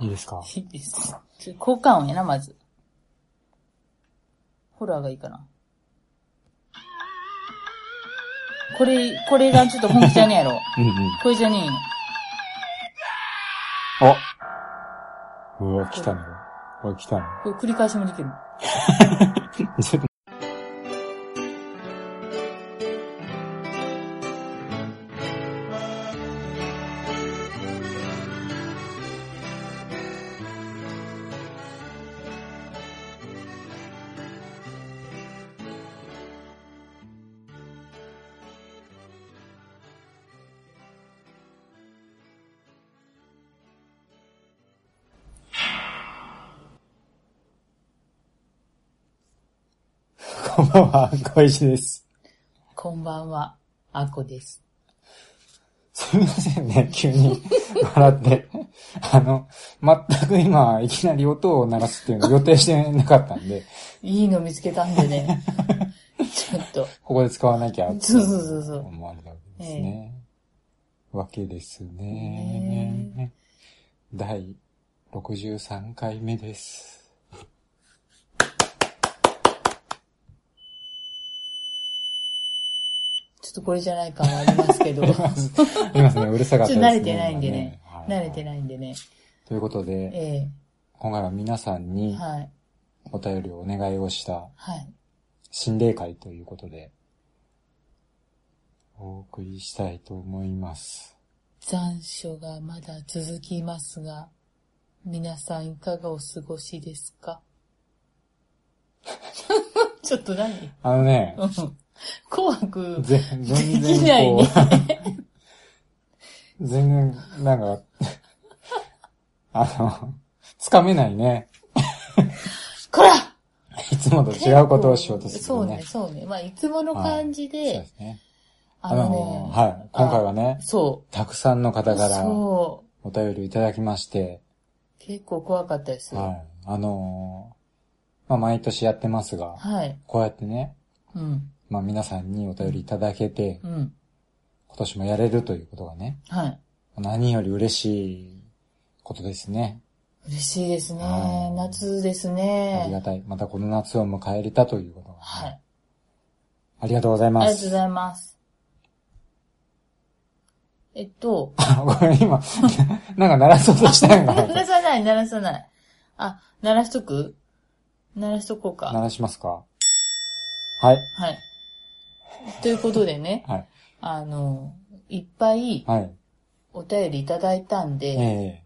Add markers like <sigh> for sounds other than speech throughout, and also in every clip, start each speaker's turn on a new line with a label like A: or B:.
A: いいですか
B: いいです。 <laughs> ちょ効果音やな、まず。ホラーがいいかな。これ、これがちょっと本気じゃねえやろ。
A: うんうん。
B: これじゃねえよ。
A: あうわ、来たね。これ来たね。
B: これ繰り返しもできる。
A: ちょっとこんばんは、小石です。
B: こんばんは、あこです。
A: すみませんね、急に笑って。あの、全く今、いきなり音を鳴らすっていうのを予定してなかったんで、
B: いいの見つけたんで <laughs> ね。ちょっと。
A: ここで使わなきゃって
B: そうそうそうそう
A: 思われたわけですね。わけですね。第63回目です。
B: ちょっとこれじゃない感はあります <laughs> けど。
A: ありますね、うるさか
B: ちょっ
A: ったですね。
B: と慣れてないんでね
A: 今
B: 慣れてないんでね。
A: ということで、
B: え
A: 今回は皆さん
B: え
A: に
B: はい。
A: お便りをお願いをした
B: はい。
A: 心霊会ということで、お送りしたいと思います。
B: 残暑がまだ続きますが、皆さんいかがお過ごしですか <laughs> ちょっと何
A: あのね、
B: うん紅白、
A: ぜ全
B: できな
A: 然
B: い
A: こ
B: ね
A: う、 <laughs> 全然、なんか、あの、つかめないね。
B: こら
A: いつもと違うことをしようとす
B: そう
A: る
B: ね、
A: ね。
B: そうね。まあ、いつもの感じで、
A: はいそうですね。
B: あ
A: あ
B: の
A: の
B: ね、
A: はい。今回は
B: あ
A: ね、
B: そ
A: たくさんの
B: う。
A: 方から
B: そ
A: お便りをいただきまして、
B: う。結構怖かったです。
A: は。
B: はい
A: あのーまあ、毎年やってますが、
B: い。
A: こうやってね、
B: うん。
A: まあ、皆さんにお便りいただけて、
B: うん。
A: 今年もやれるということがね、
B: はい。
A: 何より嬉しいことですね。
B: 嬉しいですね。
A: はい
B: 夏です
A: ありが
B: ね。
A: たい。またこの夏を迎えれたということが。
B: はい。
A: ありがとうござい
B: あり
A: ま
B: がとうご
A: す。
B: ざいます。えっと、
A: これ今、 <laughs> なんか鳴らそうと
B: <laughs>
A: したんか
B: 鳴
A: な
B: らさない、鳴らさない。あ、鳴らしとく鳴らしとこう
A: 鳴
B: か。
A: らしますかはい。
B: はい。ということでね、
A: はい。
B: あの、いっぱい
A: はい。
B: お便りいただいたん
A: え
B: で、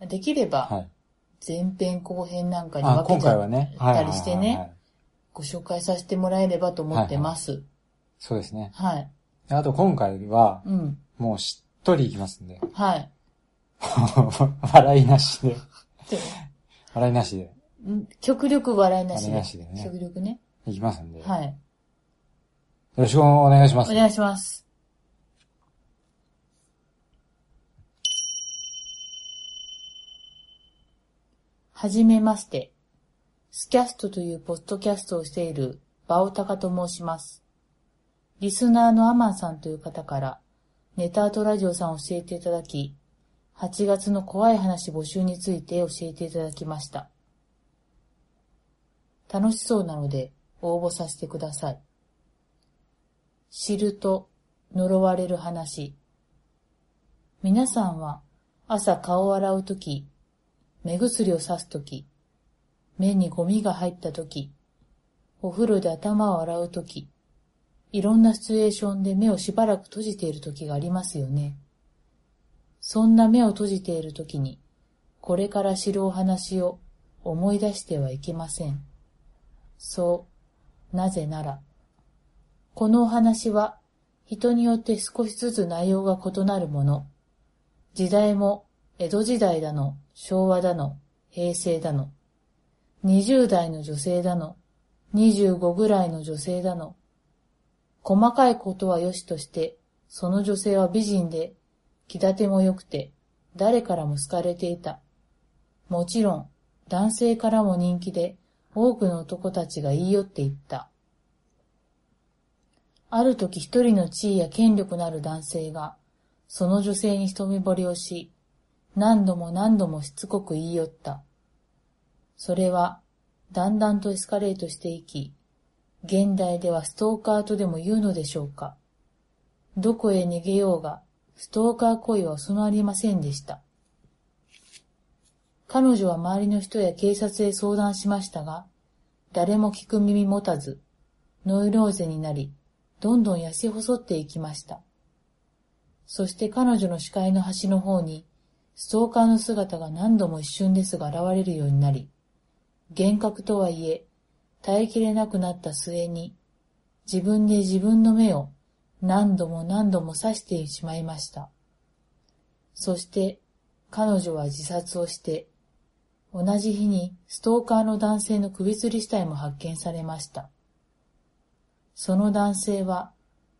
A: え
B: できれば
A: はい。
B: 前編後編なんかに
A: あ、
B: 分
A: 今
B: けちゃ
A: 回
B: っ
A: はね、
B: たりして
A: はいはいは
B: ね、
A: いはい。
B: ご紹介させてもらえればと思ってます。
A: そうですね。
B: はい。
A: であと今回は、
B: うん。
A: もうしっとりいきますんで。 <laughs>
B: はい。
A: 笑いなしで。
B: で
A: 笑いなしで。
B: ん極力笑いなし
A: 笑い
B: で
A: なしでね
B: 極力ね。
A: いきますんで。よ
B: はい。
A: ろしくお願いしま
B: お
A: す。
B: 願いします。はじめまして。スキャストというポッドキャストをしているバオタカと申します。リスナーのアマンさんという方からネタアートラジオさんを教えていただき、8月の怖い話募集について教えていただきました。楽しそうなので応募させてください。知ると呪われる話。皆さんは朝顔を洗うとき、目薬をさすとき、目にゴミが入ったとき、お風呂で頭を洗うとき、いろんなシチュエーションで目をしばらく閉じているときがありますよね。そんな目を閉じているときに、これから知るお話を思い出してはいけません。そう、なぜなら、このお話は人によって少しずつ内容が異なるもの。時代も江戸時代だの、昭和だの、平成だの。20代の女性だの、25ぐらいの女性だの。細かいことは良しとして、その女性は美人で、気立ても良くて、誰からも好かれていた。もちろん、男性からも人気で、多くの男たちが言い寄っていった。ある時一人の地位や権力なる男性が、その女性に一目惚れをし、何度も何度もしつこく言い寄った。それは、だんだんとエスカレートしていき、現代ではストーカーとでも言うのでしょうか。どこへ逃げようが、ストーカー行為は収まりませんでした。彼女は周りの人や警察へ相談しましたが、誰も聞く耳持たず、ノイローゼになり、どんどん痩せ細っていきました。そして彼女の視界の端の方に、ストーカーの姿が何度も一瞬ですが現れるようになり、幻覚とはいえ、耐えきれなくなった末に、自分で自分の目を何度も何度も刺してしまいました。そして、彼女は自殺をして、同じ日にストーカーの男性の首吊り死体も発見されました。その男性は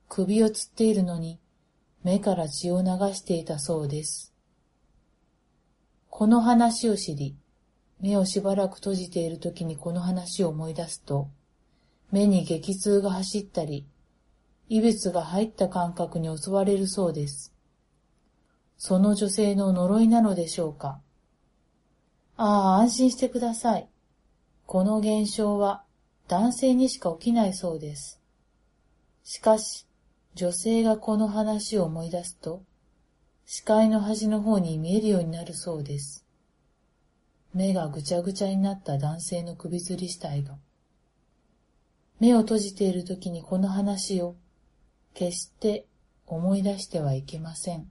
B: 首を吊っているのに目から血を流していたそうです。この話を知り、目をしばらく閉じている時にこの話を思い出すと、目に激痛が走ったり、異物が入った感覚に襲われるそうです。その女性の呪いなのでしょうか。ああ、安心してください。この現象は男性にしか起きないそうです。しかし、女性がこの話を思い出すと、視界の端の方に見えるようになるそうです。目がぐちゃぐちゃになった男性の首吊り死体が。目を閉じている時にこの話を、決して思い出してはいけません。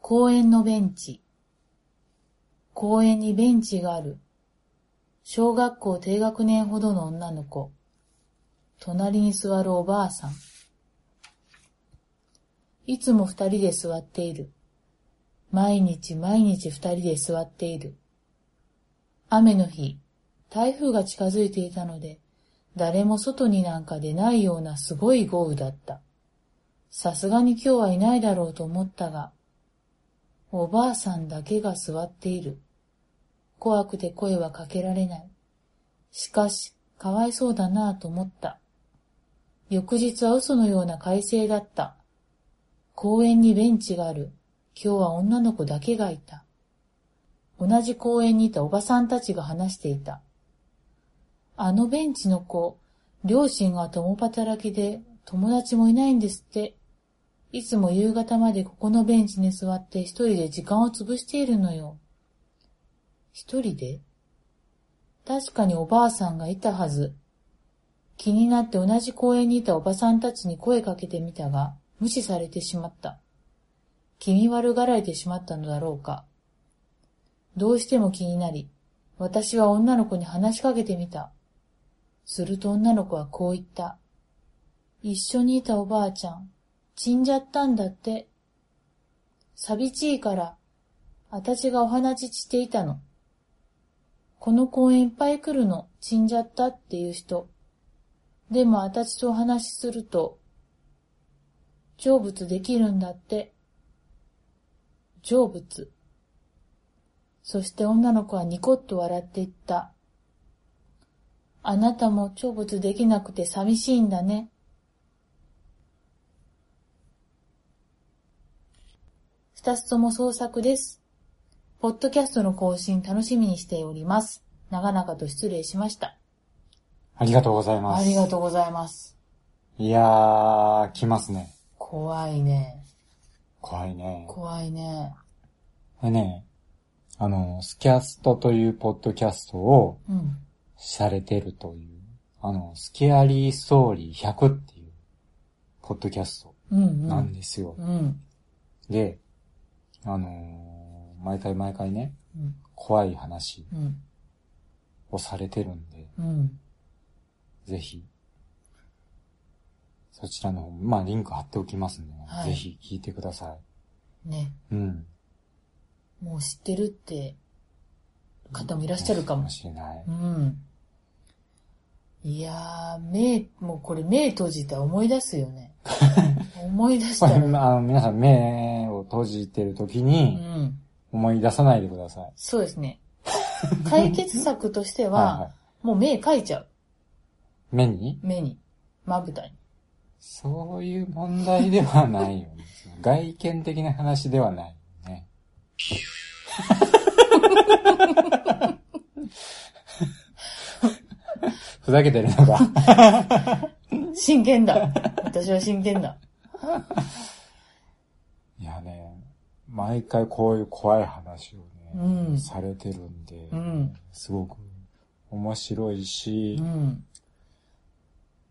B: 公園のベンチ。公園にベンチがある。小学校低学年ほどの女の子。隣に座るおばあさん。いつも二人で座っている。毎日毎日二人で座っている。雨の日、台風が近づいていたので、誰も外になんか出ないようなすごい豪雨だった。さすがに今日はいないだろうと思ったが、おばあさんだけが座っている。怖くて声はかけられない。しかし、かわいそうだなぁと思った。翌日は嘘のような快晴だった。公園にベンチがある。今日は女の子だけがいた。同じ公園にいたおばさんたちが話していた。あのベンチの子、両親が共働きで友達もいないんですって。いつも夕方までここのベンチに座って一人で時間を潰しているのよ。一人で確かにおばあさんがいたはず。気になって同じ公園にいたおばさんたちに声かけてみたが、無視されてしまった。気味悪がられてしまったのだろうか。どうしても気になり、私は女の子に話しかけてみた。すると女の子はこう言った。一緒にいたおばあちゃん、死んじゃったんだって。寂しいから、あたしがお花ちしていたの。この公園いっぱい来るの、死んじゃったっていう人。でもあたしとお話しすると、成仏できるんだって。成仏。そして女の子はニコッと笑っていった。あなたも成仏できなくて寂しいんだね。二つとも創作です。ポッドキャストの更新楽しみにしております。長々と失礼しました。
A: ありがとうございます。
B: ありがとうございます。
A: いやー、来ますね。
B: 怖いね。
A: 怖いね。
B: 怖いね。
A: これね、あの、スキャストというポッドキャストを
B: うん。
A: されてるという、あの、スケアリーストーリー100っていう、ポッドキャスト
B: うんう
A: なん
B: ん。
A: ですよ。
B: うん。
A: で、あのー毎回毎回ね、
B: うん。
A: 怖い話
B: うん。
A: をされてるんで、
B: うん。
A: ぜひ、そちらの方、まあ、リンク貼っておきますんで、
B: はい
A: ぜひ聞いてくださ
B: ね。
A: い。うん。
B: もう知ってるって方もいらっしゃるかも。
A: しれない。
B: うん。いやー、目、もうこれ目閉じたら思い出すよ
A: <laughs>
B: ね。思い出し
A: こ
B: た
A: れ、
B: ら。
A: <laughs> まああの、皆さん目を閉じてるとき
B: う
A: に
B: ん。
A: 思い出さないでください。
B: そうですね。解決策として
A: はいは
B: は、
A: い。
B: もう目描いちゃう。
A: 目に
B: 目に。まぶたに。
A: そういう問題ではないよね。 <laughs> 外見的な話ではないよね。 <laughs> ふざけてるのか。
B: <laughs> 真剣だ。私は真剣だ。
A: いやね、毎回こういう怖い話をね、
B: うん
A: されてるんで、
B: うん
A: すごく面白いし、
B: うん。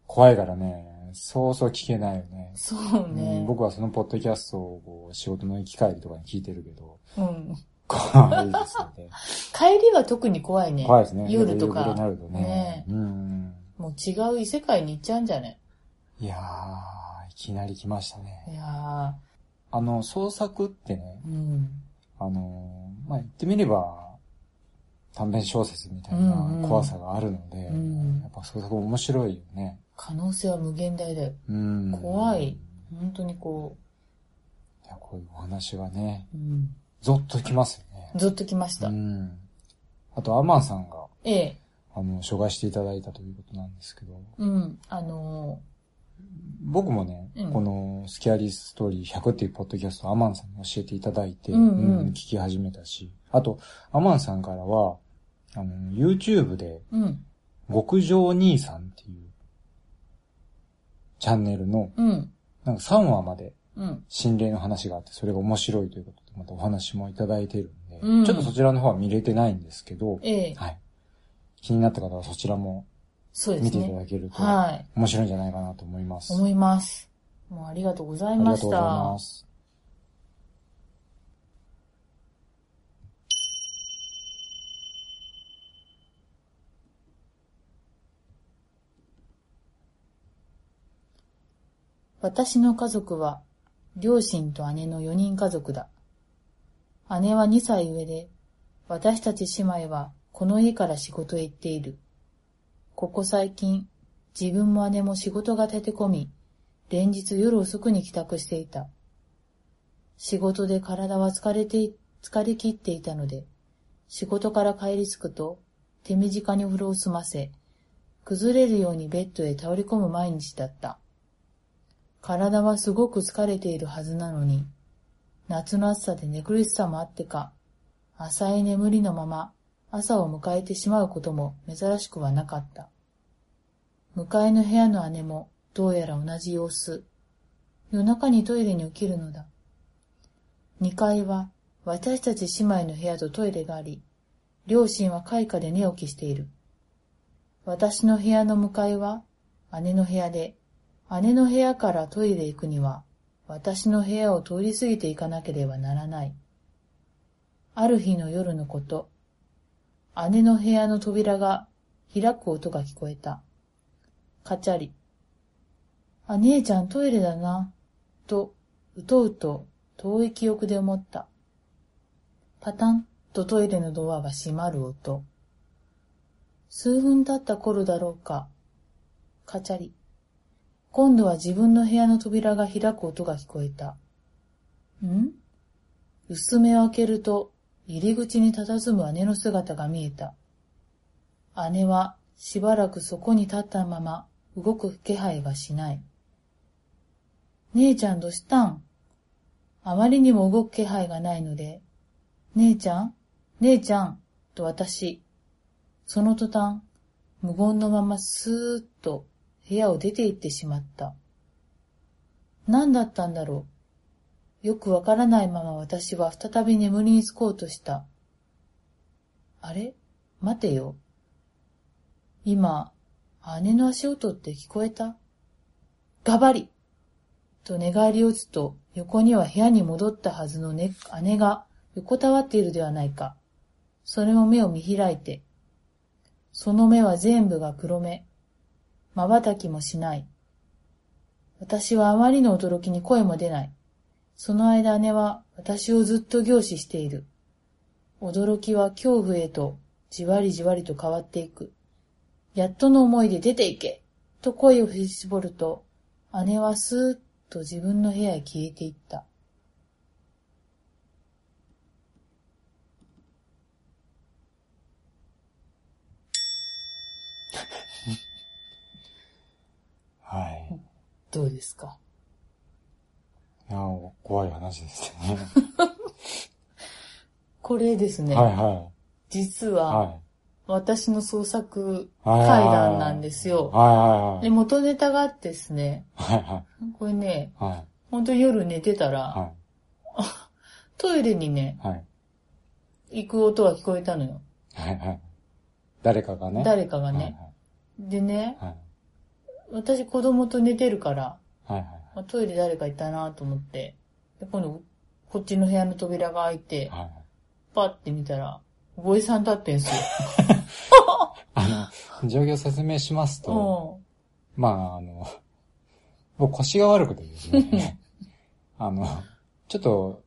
A: 怖いからね、そうそう聞けないよね。
B: そう
A: う
B: ね
A: ん。僕はそのポッドキャストをこう仕事の行き帰りとかに聞いてるけ
B: <laughs>
A: ど、
B: うん。
A: 怖いですよね。
B: 帰りは特に怖いね。
A: 怖いですね。
B: 夜とか
A: 夜になるとね。
B: ね
A: うん。
B: もう違う異世界に行っちゃうんじゃね
A: いやー、いきなり来ましたね。
B: いや
A: あの、創作ってね
B: ー、、うん。
A: あのー、まあ、言ってみれば、短編小説みたい
B: うんう
A: なん怖さがあるので、
B: うん
A: やっぱ創作面白いよね。
B: 可能性は無限大だよ。
A: うん。
B: 怖い
A: い
B: 本当にこ
A: や、こういうお話はね、
B: う、うん。
A: ゾッときますよね。
B: ゾッときました。
A: うん。あと、アマンさんが、
B: ええ。
A: あの、紹介していただいたということなんですけど、
B: うん。あの
A: 僕もね、
B: うん
A: このスキャリーストーリー100っていうポッドキャストをアマンさんに教えていただいて、
B: うんうん
A: 聞き始めたし、あと、アマンさんからは、あの、YouTube で、
B: ー、うん。
A: 極上兄さんっていう、チャンネルの、
B: うん。
A: なんか3話まで
B: うん。
A: 心霊の話があって、それが面白いということで、またお話もいただいてるんで、
B: うん
A: ちょっとそちらの方は見れてないんですけど、
B: ええ。
A: はい。気になった方はそちらも
B: そうで
A: 見
B: す
A: ていた
B: ね。
A: だけると、
B: はい。
A: 面白いんじゃないかなと思います。
B: 思います。もうありがとうござい
A: ありが
B: ま
A: と
B: し
A: うござい
B: た
A: ま。す。
B: 私の家族は、両親と姉の4人家族だ。姉は2歳上で、私たち姉妹はこの家から仕事へ行っている。ここ最近、自分も姉も仕事が立て込み、連日夜遅くに帰宅していた。仕事で体は疲れてい、疲れ切っていたので、仕事から帰り着くと、手短にお風呂を済ませ、崩れるようにベッドへ倒れ込む毎日だった。体はすごく疲れているはずなのに、夏の暑さで寝苦しさもあってか、浅い眠りのまま朝を迎えてしまうことも珍しくはなかった。向かいの部屋の姉もどうやら同じ様子。夜中にトイレに起きるのだ。2階は私たち姉妹の部屋とトイレがあり、両親は開花で寝起きしている。私の部屋の向かいは姉の部屋で、姉の部屋からトイレへ行くには、私の部屋を通り過ぎていかなければならない。ある日の夜のこと、姉の部屋の扉が開く音が聞こえた。カチャリ。あ、姉ちゃんトイレだな、と、うとうと遠い記憶で思った。パタンとトイレのドアが閉まる音。数分経った頃だろうか。カチャリ。今度は自分の部屋の扉が開く音が聞こえた。ん薄目を開けると、入り口に佇む姉の姿が見えた。姉はしばらくそこに立ったまま動く気配がしない。姉ちゃんどしたんあまりにも動く気配がないので、姉ちゃん姉ちゃんと私。その途端、無言のままスーッと部屋を出て行ってしまった。何だったんだろう。よくわからないまま私は再び眠りにつこうとした。あれ待てよ。今、姉の足音って聞こえたがばりと寝返りを打つと、横には部屋に戻ったはずの、ね、姉が横たわっているではないか。それも目を見開いて。その目は全部が黒目。瞬きもしない。私はあまりの驚きに声も出ない。その間姉は私をずっと凝視している。驚きは恐怖へとじわりじわりと変わっていく。やっとの思いで出ていけと声を振り絞ると、姉はスーッと自分の部屋へ消えていった。
A: あはい。
B: どうですか
A: いや、怖い話ですよね。
B: これですね、
A: はいは
B: 実
A: い。
B: は
A: は
B: 私の創作
A: い。はい。
B: 怪談なんですよ
A: はいはい
B: で、元ネタがあってですね、
A: はい。はいはい。
B: これね、
A: はい。
B: ほんと夜寝てたら、
A: は
B: トイレにね、
A: い。はい。
B: 行く音が聞こえたのよ。
A: はいはい。誰かがね。
B: 誰かが
A: か
B: ね。。でね、
A: はい。
B: 私子供と寝てるから、
A: はいはい。
B: まあトイレ誰かいたなと思って、で今度、こっちの部屋の扉が開いて、
A: はいはい。
B: パッて見たら、ボイさん立ってんす
A: あの、状況説明しますと、
B: よ。
A: まあ、あの、僕腰が悪くてで
B: <laughs>
A: すね、あの、ちょっと、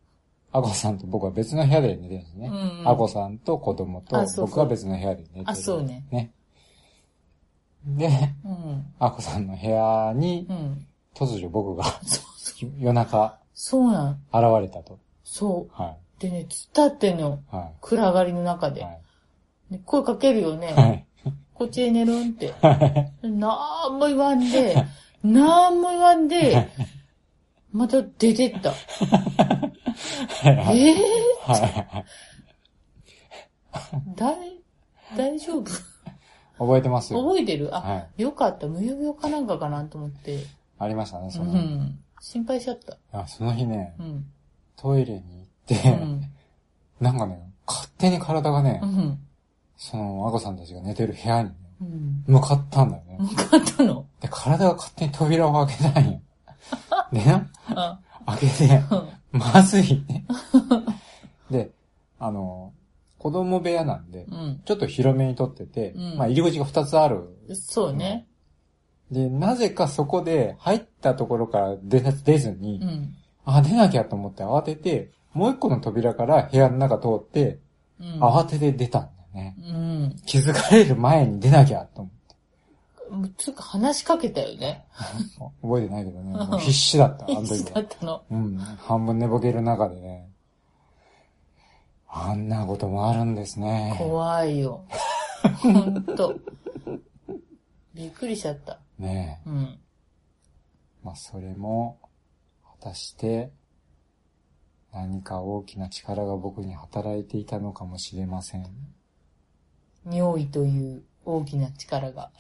A: アコさんと僕は別の部屋で寝てるんです
B: う
A: ね
B: ん。。うんうん
A: アコさんと子供と
B: あそうそう
A: 僕は別の部屋で寝てる。
B: あそうね。
A: ね。で、
B: うん。
A: アコさんの部屋に
B: うん。
A: 突如僕が
B: そう、
A: 夜中
B: そうなん。
A: 現れたと。
B: そ
A: は
B: う。でね、つ立ってんのよ。
A: い。は
B: 暗がりの中
A: い。
B: で
A: は。い。
B: で声かけるよ
A: <laughs>
B: ね。
A: はい。
B: こっちへ寝るんって。なんも言わんで、なんも言わんで、また出てった。えぇ、
A: はい。
B: だい、大丈夫
A: 覚えてますよ。
B: 覚えてるあ、
A: はい。
B: よかった。無病かなんかかなと思って。
A: ありましたね、
B: う
A: その日。
B: ん。心配しちゃった。
A: あその日ね、
B: うん。
A: トイレに行っ
B: う
A: て、
B: ん。
A: なんかね、勝手に体がね、
B: うん。
A: その、アコさんたちが寝てる部屋に
B: うん。
A: 向かったんだよね。
B: 向かったの。
A: で、体が勝手に扉を開けたんよ。でな、
B: あ、
A: 開けて、
B: うん。
A: まずいね。で、あの、子供部屋なんで、
B: う
A: ちょっと広めに撮ってて、
B: うん
A: まあ入り口が2つある。
B: ん。そうね。
A: で、なぜかそこで入ったところから出な出ずに、
B: うん。
A: あ、出なきゃと思って慌てて、もう一個の扉から部屋の中通って、
B: うん。
A: 慌てて出たんだよね。
B: うん。
A: 気づかれる前に出なきゃと思
B: つうか話しかけたよね。
A: って。覚えてないけどね、
B: <laughs>
A: もう必死だった、あの
B: い
A: 時
B: つだっ
A: は。
B: たの。
A: うん、半分寝ぼける中でね。あんなこともあるんですね。
B: 怖いよ。ほんと。びっくりしちゃった。
A: ね
B: うん。
A: え。まあ、それも、果たして、何か大きな力が僕に働いていたのかもしれません。
B: 尿意という大きな力が。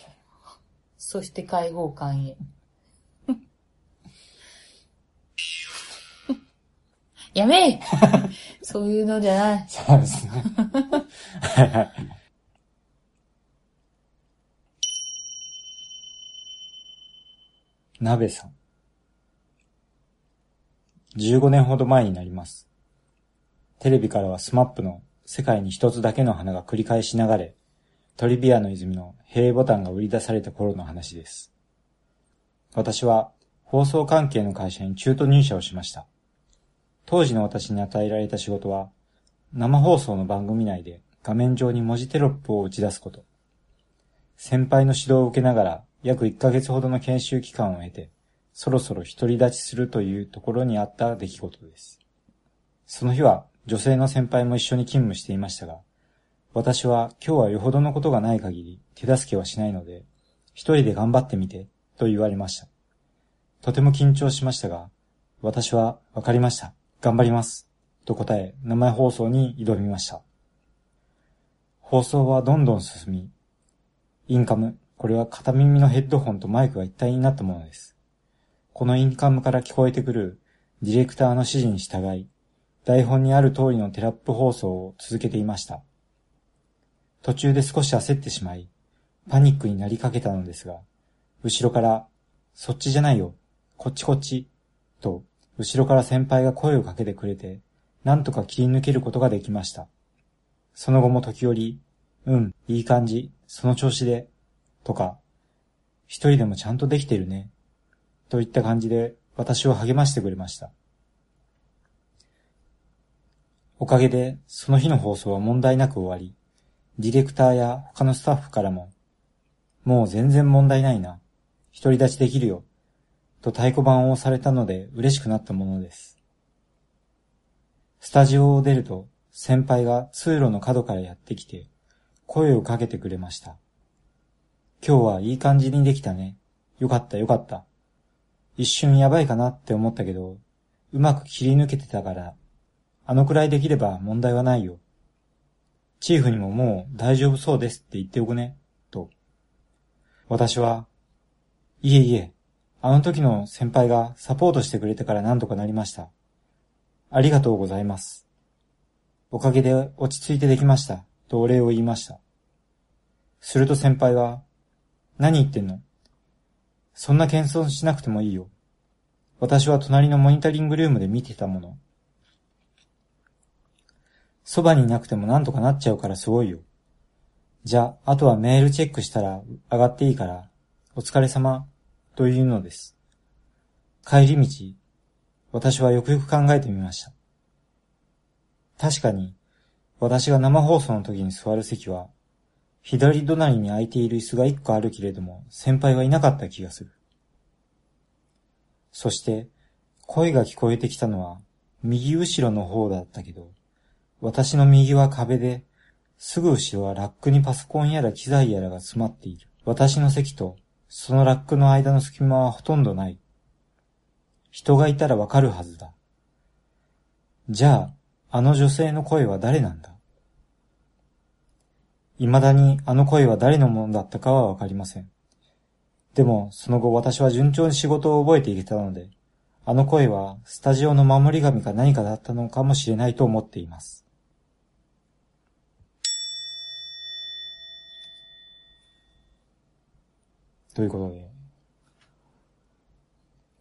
B: そして解放感へ。 <laughs> やめ <laughs> いそういうのじゃない。
A: そうですね。はいはい。鍋さん。15年ほど前になります。テレビからはスマップの世界に一つだけの花が繰り返し流れ、トリビアの泉の平ボタンが売り出された頃の話です。私は放送関係の会社に中途入社をしました。当時の私に与えられた仕事は、生放送の番組内で画面上に文字テロップを打ち出すこと。先輩の指導を受けながら約1ヶ月ほどの研修期間を経て、そろそろ独り立ちするというところにあった出来事です。その日は女性の先輩も一緒に勤務していましたが、私は今日はよほどのことがない限り手助けはしないので、一人で頑張ってみてと言われました。とても緊張しましたが、私はわかりました。頑張ります。と答え、生放送に挑みました。放送はどんどん進み、インカム、これは片耳のヘッドホンとマイクが一体になったものです。このインカムから聞こえてくるディレクターの指示に従い、台本にある通りのテラップ放送を続けていました。途中で少し焦ってしまい、パニックになりかけたのですが、後ろから、そっちじゃないよ、こっちこっち、と、後ろから先輩が声をかけてくれて、なんとか切り抜けることができました。その後も時折、うん、いい感じ、その調子で、とか、一人でもちゃんとできてるね、といった感じで私を励ましてくれました。おかげで、その日の放送は問題なく終わり、ディレクターや他のスタッフからも、もう全然問題ないな、独り立ちできるよ、と太鼓判を押されたので嬉しくなったものです。スタジオを出ると、先輩が通路の角からやってきて、声をかけてくれました。今日はいい感じにできたね、よかったよかった。一瞬やばいかなって思ったけど、うまく切り抜けてたから、あのくらいできれば問題はないよ。チーフにももう大丈夫そうですって言っておくね、と。私は、いえいえ、あの時の先輩がサポートしてくれてからなんとかなりました。ありがとうございます。おかげで落ち着いてできました、とお礼を言いました。すると先輩は、何言ってんのそんな謙遜しなくてもいいよ。私は隣のモニタリングルームで見てたもの。そばにいなくてもなんとかなっちゃうからすごいよ。じゃあ、あとはメールチェックしたら上がっていいから、お疲れ様、というのです。帰り道、私はよくよく考えてみました。確かに、私が生放送の時に座る席は、左隣に空いている椅子が一個あるけれども、先輩はいなかった気がする。そして、声が聞こえてきたのは、右後ろの方だったけど、私の右は壁で、すぐ後ろはラックにパソコンやら機材やらが詰まっている。私の席と、そのラックの間の隙間はほとんどない。人がいたらわかるはずだ。じゃあ、あの女性の声は誰なんだ未だにあの声は誰のものだったかはわかりません。でも、その後私は順調に仕事を覚えていけたので、あの声はスタジオの守り神か何かだったのかもしれないと思っています。ということで、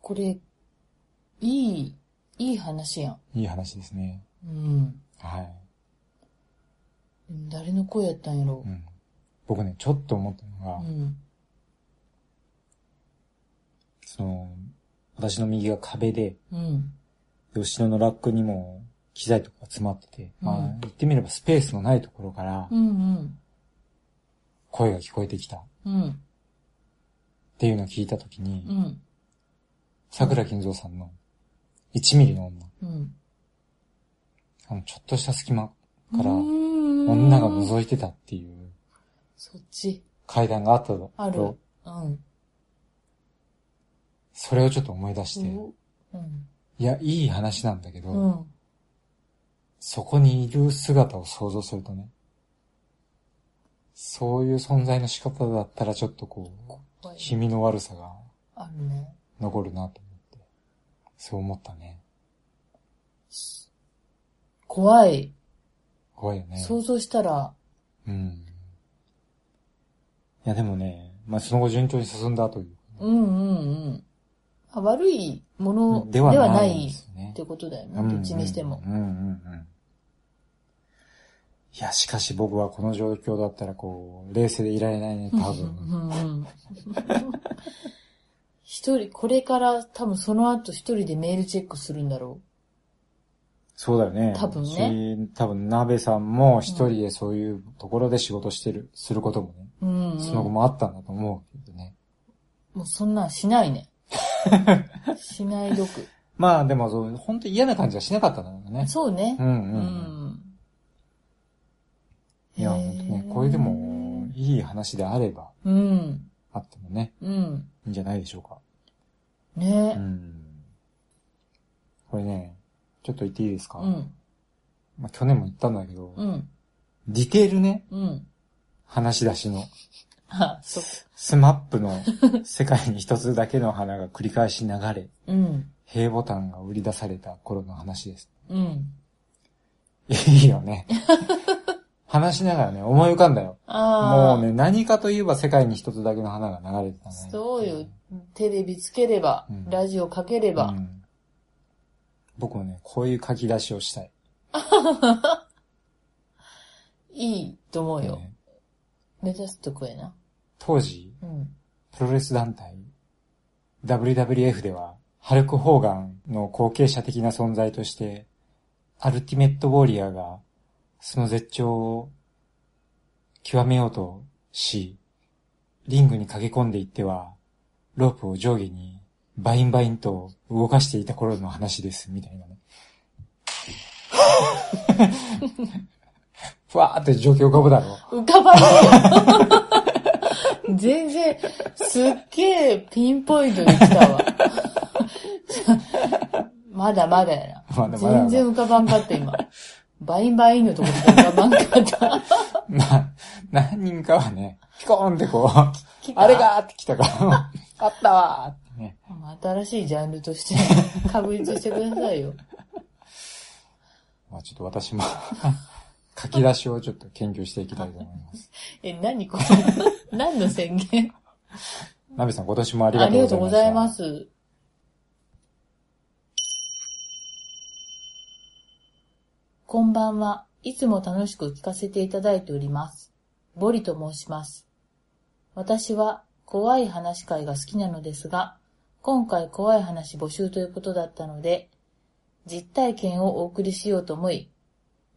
B: これ、いい、いい話やん。
A: いい話ですね。
B: うん。
A: はい。
B: 誰の声やったんやろ
A: う。ん、僕ね、ちょっと思ったのが、
B: うん。
A: その、私の右が壁で、
B: うん。
A: で後ろのラックにも機材とかが詰まってて、まあ
B: うん、
A: 言ってみればスペースのないところから
B: うん
A: 声が聞こえてきたっ
B: うん。うん。
A: ていうのを聞いたとき
B: う
A: に、
B: ん。
A: 桜金蔵さんの1ミリの女、
B: うん。
A: あの、ちょっとした隙間から女
B: 女
A: が覗いてたっていう
B: そっち。
A: 階段があったと
B: ある。うん。
A: それをちょっと思い出して、
B: ううん。
A: いや、いい話なんだけど、
B: うん。
A: そこにいる姿を想像するとね、そういう存在の仕方だったらちょっとこう、
B: 怖い
A: 気味の悪さが
B: あるね。
A: 残るなと思って、そう思ったね。
B: 怖い。
A: 怖いよね。
B: 想像したら、
A: うん。いやでもね、まあ、その後順調に進んだという。
B: うんうんうん。あ悪いもの
A: で
B: で
A: は
B: は
A: ない
B: ない
A: ですね
B: ってことだよ
A: う
B: な、
A: ん
B: どっちにしても。
A: うんうんうん。いや、しかし僕はこの状況だったらこう、冷静でいられないね、多
B: う
A: 分。
B: んうん。 <laughs> 一人、これから多分その後一人でメールチェックするんだろ
A: そうだよね。
B: 多分ね
A: ね。多分、鍋さんも一人でそういうところで仕事してる、することもね、
B: う。うん、うん。
A: その後もあったんだと思うけどね。
B: もうそんなんしない
A: <laughs>
B: ね。しないどく。
A: まあでもそう、本当に嫌な感じはしなかったんだろうね。
B: そうね
A: う。ん
B: う
A: うんうん。
B: ん。
A: いや、
B: へー
A: 本当ね、これでも、いい話であれば、
B: うん。
A: あってもね、
B: うん。
A: いいんじゃないでしょうか。う
B: ね
A: ん。これね、ちょっと言っていいですか、
B: うん。
A: まあ、去年も言ったんだけど、
B: うん。
A: ディテールね、
B: うん。
A: 話し出しの、
B: あ、そっか。
A: スマップの世界に一つだけの花が繰り返し流れ、
B: うん。
A: 平ボタンが売り出された頃の話です。
B: うん。
A: いいよ
B: <laughs>
A: ね。話しながらね、思い浮かんだよ。
B: ああ。
A: もうね、何かといえば世界に一つだけの花が流れてたね。
B: そうよ。テレビつければ、
A: うん
B: ラジオかければ、
A: うん僕もね、こういう書き出しをしたい。
B: いいと思うよ。
A: ね
B: 目指すとこやな。
A: 当時、
B: うん。
A: プロレス団体、WWF では、ハルク・ホーガンの後継者的な存在として、アルティメット・ウォリアーが、その絶頂を極めようとし、リングに駆け込んでいっては、ロープを上下にバインバインと動かしていた頃の話です、みたいなね。ふわーって状況浮かぶだろ。
B: 浮かばない全然、すっげえピンポイントで来たわ。まだまだやな。
A: まだまだやな
B: 全然浮かばんかった、今。バインバインのところで浮かばんかった。
A: まあ、何人かはね、ピコーンってこう、
B: た
A: <laughs> あれがーって来
B: <laughs>
A: たから、あったわーってね。
B: 新しいジャンルとして確立してくださいよ。
A: まあちょっと私も、 <laughs> 書き出しをちょっと研究していきたいと思い
B: <laughs>
A: ます。
B: え、何これ何の宣言
A: ナベさん、今年もあり
B: あ
A: が
B: り
A: と
B: が
A: う
B: とう
A: ご
B: ご
A: ざ
B: ざ
A: い
B: い
A: ま。
B: ますす。こんばんは。いつも楽しく聞かせていただいております。ボリと申します。私は怖い話会が好きなのですが、今回怖い話募集ということだったので、実体験をお送りしようと思い、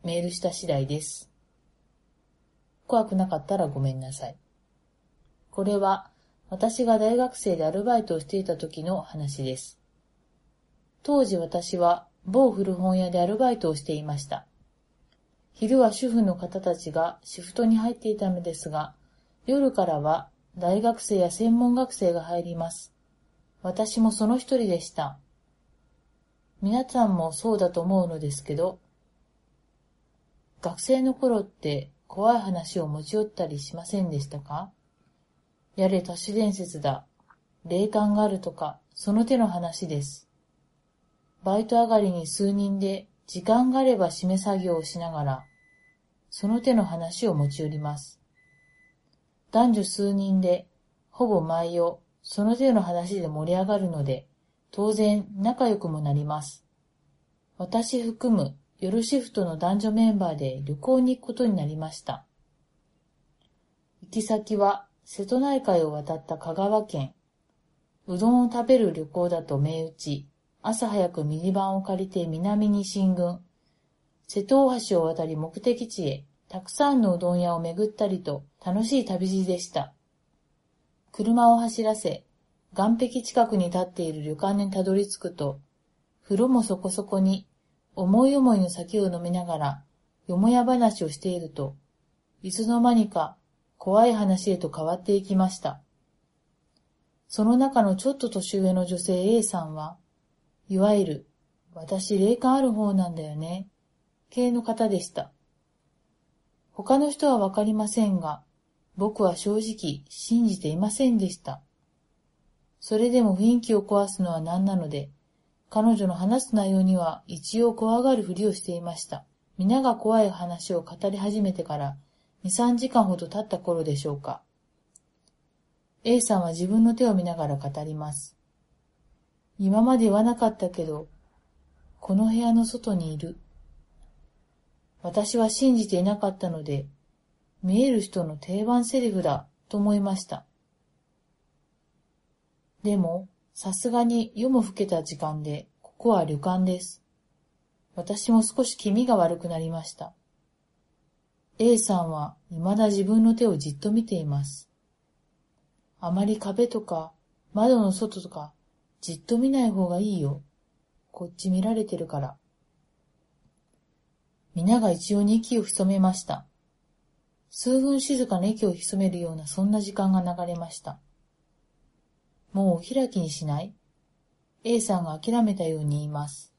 B: メールした次第です。怖くなかったらごめんなさい。これは私が大学生でアルバイトをしていた時の話です。当時私は某古本屋でアルバイトをしていました。昼は主婦の方たちがシフトに入っていたのですが、夜からは大学生や専門学生が入ります。私もその一人でした。皆さんもそうだと思うのですけど、学生の頃って怖い話を持ち寄ったりしませんでしたかやれ都市伝説だ。霊感があるとか、その手の話です。バイト上がりに数人で、時間があれば締め作業をしながら、その手の話を持ち寄ります。男女数人で、ほぼ毎夜、その手の話で盛り上がるので、当然仲良くもなります。私含む夜シフトの男女メンバーで旅行に行くことになりました。行き先は瀬戸内海を渡った香川県。うどんを食べる旅行だと銘打ち、朝早くミニバンを借りて南に進軍。瀬戸大橋を渡り目的地へ、たくさんのうどん屋を巡ったりと楽しい旅路でした。車を走らせ、岸壁近くに立っている旅館にたどり着くと、風呂もそこそこに、思い思いの酒を飲みながら、よもや話をしていると、いつの間にか怖い話へと変わっていきました。その中のちょっと年上の女性 A さんは、いわゆる、私霊感ある方なんだよね、系の方でした。他の人はわかりませんが、僕は正直信じていませんでした。それでも雰囲気を壊すのは何なので、彼女の話す内容には一応怖がるふりをしていました。皆が怖い話を語り始めてから2、3時間ほど経った頃でしょうか。A さんは自分の手を見ながら語ります。今まで言わなかったけど、この部屋の外にいる。私は信じていなかったので、見える人の定番セリフだと思いました。でも、さすがに夜も更けた時間で、ここは旅館です。私も少し気味が悪くなりました。A さんは未だ自分の手をじっと見ています。あまり壁とか窓の外とかじっと見ない方がいいよ。こっち見られてるから。皆が一様に息を潜めました。数分静かな息を潜めるようなそんな時間が流れました。もうお開きにしない ?A さんが諦めたように言います。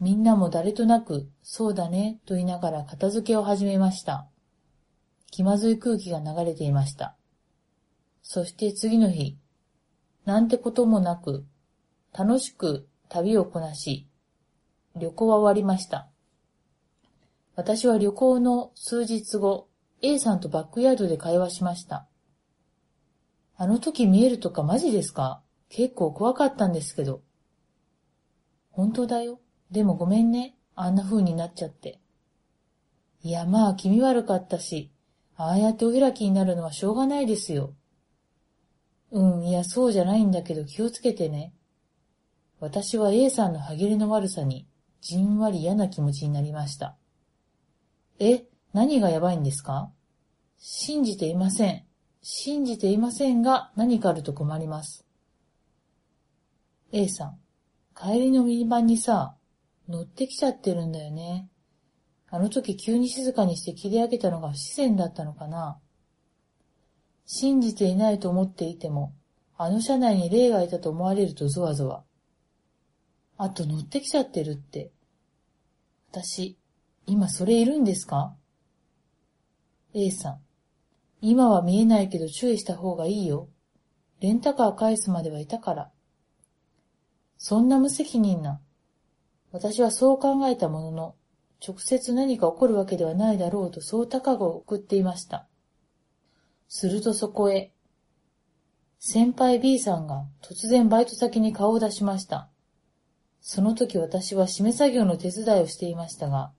B: みんなも誰となく、そうだね、と言いながら片付けを始めました。気まずい空気が流れていました。そして次の日、なんてこともなく、楽しく旅をこなし、旅行は終わりました。私は旅行の数日後、A さんとバックヤードで会話しました。あの時見えるとかマジですか結構怖かったんですけど。本当だよ。でもごめんね。あんな風になっちゃって。いや、まあ、気味悪かったし、ああやってお開きになるのはしょうがないですよ。うん、いや、そうじゃないんだけど気をつけてね。私は A さんの歯切れの悪さに、じんわり嫌な気持ちになりました。え、何がやばいんですか信じていません。信じていませんが何かあると困ります。A さん、帰りのミニバンにさ、乗ってきちゃってるんだよね。あの時急に静かにして切り上げたのが不自然だったのかな。信じていないと思っていても、あの車内に霊がいたと思われるとゾワゾワ。あと乗ってきちゃってるって。私、今それいるんですか ?A さん、今は見えないけど注意した方がいいよ。レンタカー返すまではいたから。そんな無責任な。私はそう考えたものの、直接何か起こるわけではないだろうとそう高を送っていました。するとそこへ、先輩 B さんが突然バイト先に顔を出しました。その時私は締め作業の手伝いをしていましたが、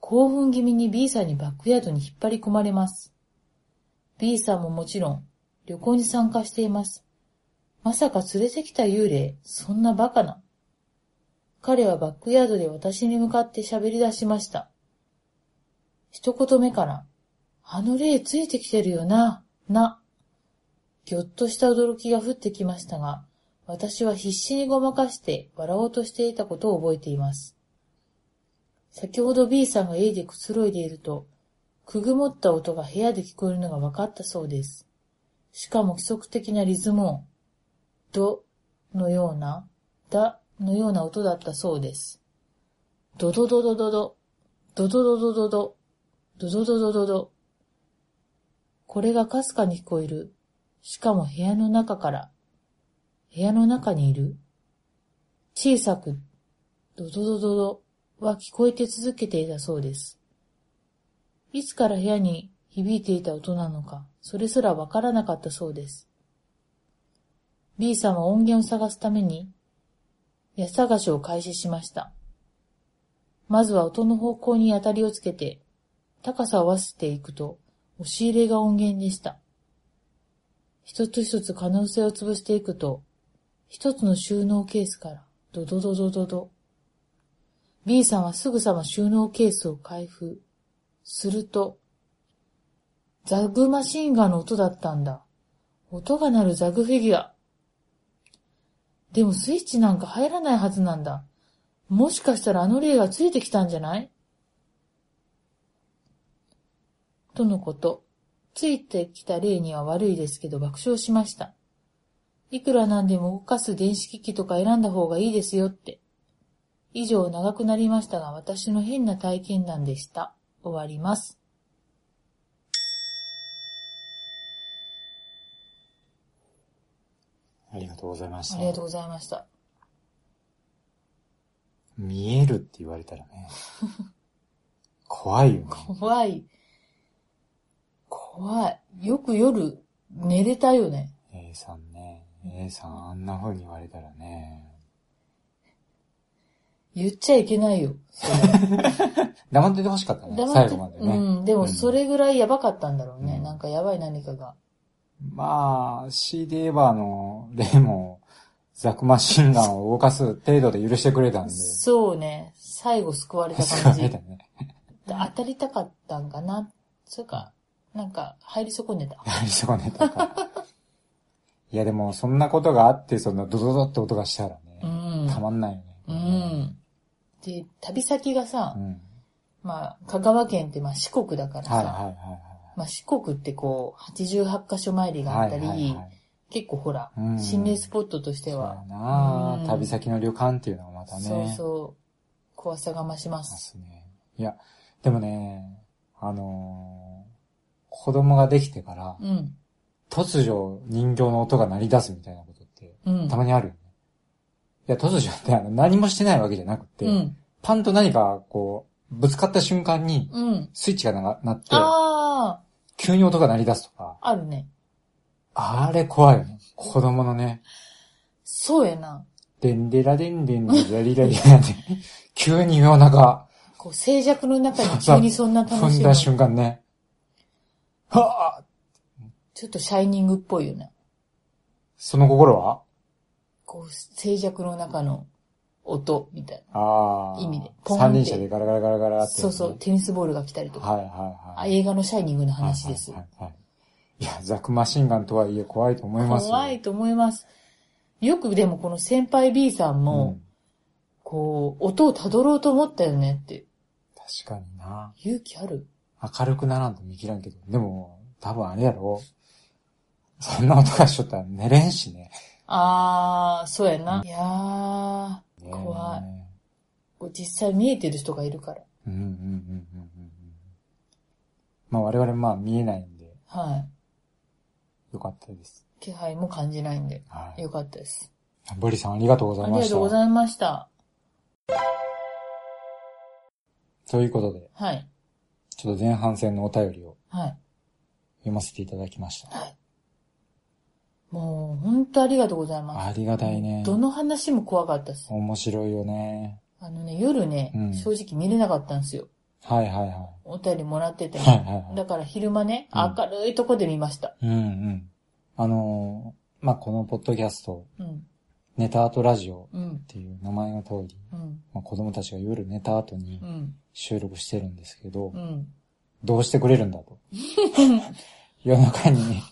B: 興奮気味に B さんにバックヤードに引っ張り込まれます。B さんももちろん旅行に参加しています。まさか連れてきた幽霊、そんなバカな。彼はバックヤードで私に向かって喋り出しました。一言目から、あの霊ついてきてるよな、な。ぎょっとした驚きが降ってきましたが、私は必死にごまかして笑おうとしていたことを覚えています。先ほど B さんが A でくつろいでいると、くぐもった音が部屋で聞こえるのが分かったそうです。しかも規則的なリズム音、ドのような、ダのような音だったそうです。ドドドドドド、ドドドドドド、ドドドドドド。これがかすかに聞こえる。しかも部屋の中から、部屋の中にいる。小さく、ドドドドドは聞こえて続けていたそうです。いつから部屋に響いていた音なのか、それすらわからなかったそうです。B さんは音源を探すために、家探しを開始しました。まずは音の方向に当たりをつけて、高さを合わせていくと、押し入れが音源でした。一つ一つ可能性を潰していくと、一つの収納ケースから、ドドドドドド。B さんはすぐさま収納ケースを開封。すると、ザグマシンガンの音だったんだ。音が鳴るザグフィギュア。でもスイッチなんか入らないはずなんだ。もしかしたらあの霊がついてきたんじゃないとのこと。ついてきた霊には悪いですけど爆笑しました。いくらなんでも動かす電子機器とか選んだ方がいいですよって。以上長くなりましたが私の変な体験談でした。終わります。
A: ありがとうございました。
B: ありがとうございました。
A: 見えるって言われたらね。怖いよね。
B: 怖い。怖い。よく夜寝れたよね。
A: A さんね。A さんあんな風に言われたらね。
B: 言っちゃいけないよ。それ
A: 黙っててほしかったね。
B: 黙っ
A: 最
B: て
A: 後までね。
B: うん。でもそれぐらいやばかったんだろうね。
A: うん
B: なんかやばい何かが。
A: まあ、C で言えばあの、例も、ザクマシンガンを動かす程度で許してくれたんで。
B: そうね。最後救われた
A: <laughs> そう
B: 感
A: だ
B: じ。
A: ね。
B: 当たりたかったんかな。それか、なんか入り損ねた。
A: やり損ねたか。いやでも、そんなことがあって、そのドドドって音がしたら
B: う
A: ね、
B: ん。
A: たまんないよね。
B: うん。で、旅先がさ、
A: うん。
B: まあ、香川県ってまあ四国だからさ、
A: はいはいはい
B: まあ四国ってこう、88箇所参りが
A: は
B: あ
A: い。
B: ったり、
A: はいはいはい
B: 結構ほら、
A: うん
B: 心霊スポットとして
A: そう
B: は
A: や、なあ
B: うん
A: 旅先の旅館っていうのはまたね。
B: そうそう、怖さが増しま。
A: ますすね。いや、でもね、あのー子供ができてから、
B: うん。
A: 突如人形の音が鳴り出すみたいなことって、
B: うん。
A: たまにあるよね。いや、突如ってあの何もしてないわけじゃなくて、
B: うん。
A: パンと何かこう、ぶつかった瞬間に、
B: うん。
A: スイッチがなが鳴って、
B: あ
A: 急に音が鳴り出すとか、
B: あ、あるね。
A: あれ怖いよね。子供のね、
B: そうやな。
A: でんでらでんでんでらりらり
B: <laughs>
A: なんて、急に夜中、
B: こう、静寂の中に急にそんな楽
A: 踏
B: し
A: ん
B: みが
A: だ。瞬間ね、はぁ
B: ちょっとシャイニングっぽいよね。
A: その心は
B: こう、静寂の中の音みたい
A: ああ。
B: 意味でポンって
A: 三輪車でガラガラガラガラ
B: な。
A: って、
B: そうそう、。テニスボールが来たりとか。
A: はいはい
B: あ
A: はい。
B: 映画のシャイニングの話です
A: は。いはいはいはい。いや、ザクマシンガンとはいえ怖いと思いますよ。
B: 怖いと思います。よくでもこの先輩 B さん
A: うん。
B: も、こう、音をたどろうと思ったよねって。
A: 確かにな。
B: 勇気ある
A: 明るくならんと見切らんけど。でも、多分あれやろ。そんな音がしとったら寝れんしね。
B: あー、そうやな。いやー、怖い
A: ね
B: これ実際見えてる人がいるから。
A: え。うんうんうんうんうんうん。まあ我々まあ見えないんで、
B: はい。
A: よかったです。
B: 気配も感じないんで。
A: はい。
B: よかったです。
A: ブリさんありがとうご
B: あ
A: ざい
B: り
A: ま
B: が
A: し
B: とうご
A: た。
B: ざいました。
A: ということで、
B: はい。
A: ちょっと前半戦のお便りを
B: はい。
A: 読ませていただきました。
B: もう、本当ありがとうございます。
A: ありがたいね。
B: どの話も怖かったです。
A: 面白いよね。
B: あのね、夜ね、
A: うん
B: 正直見れなかったんですよ。
A: はいはいはい。
B: お便りもらってても。
A: はいはいは
B: だから昼間ね、
A: うん
B: 明るいとこで見ました。
A: い。うんうん。あのーまあこのポッドキャスト、
B: うん、
A: ネタアートラジオ
B: うん
A: っ、ていう名前の通り、
B: うん、
A: まあ、子供たちが夜寝た後に
B: うん、
A: 収録してるんですけど、
B: うん。
A: どうしてくれるんだ
B: <laughs>
A: と。夜中に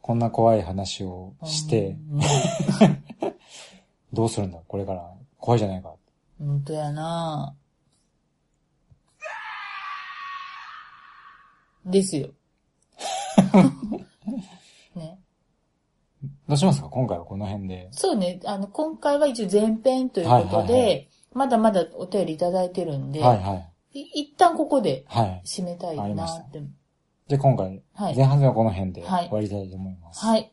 A: こんな怖い話をして、
B: うん。
A: どうするんだこれから怖いじゃないか。
B: 本当やなです
A: <laughs>
B: よ。ね。
A: どうしますか今回はこの辺で。
B: そうね、あの、今回は一応前編ということで、
A: はいはいは
B: まだまだお便りいただいてるんで、
A: はいはい。
B: い一旦ここで
A: はい。
B: 締めたいなって。
A: じゃあ今回、
B: は
A: 前
B: い。
A: 半戦はこの辺で
B: はい
A: 終わりたいと思います。
B: はい。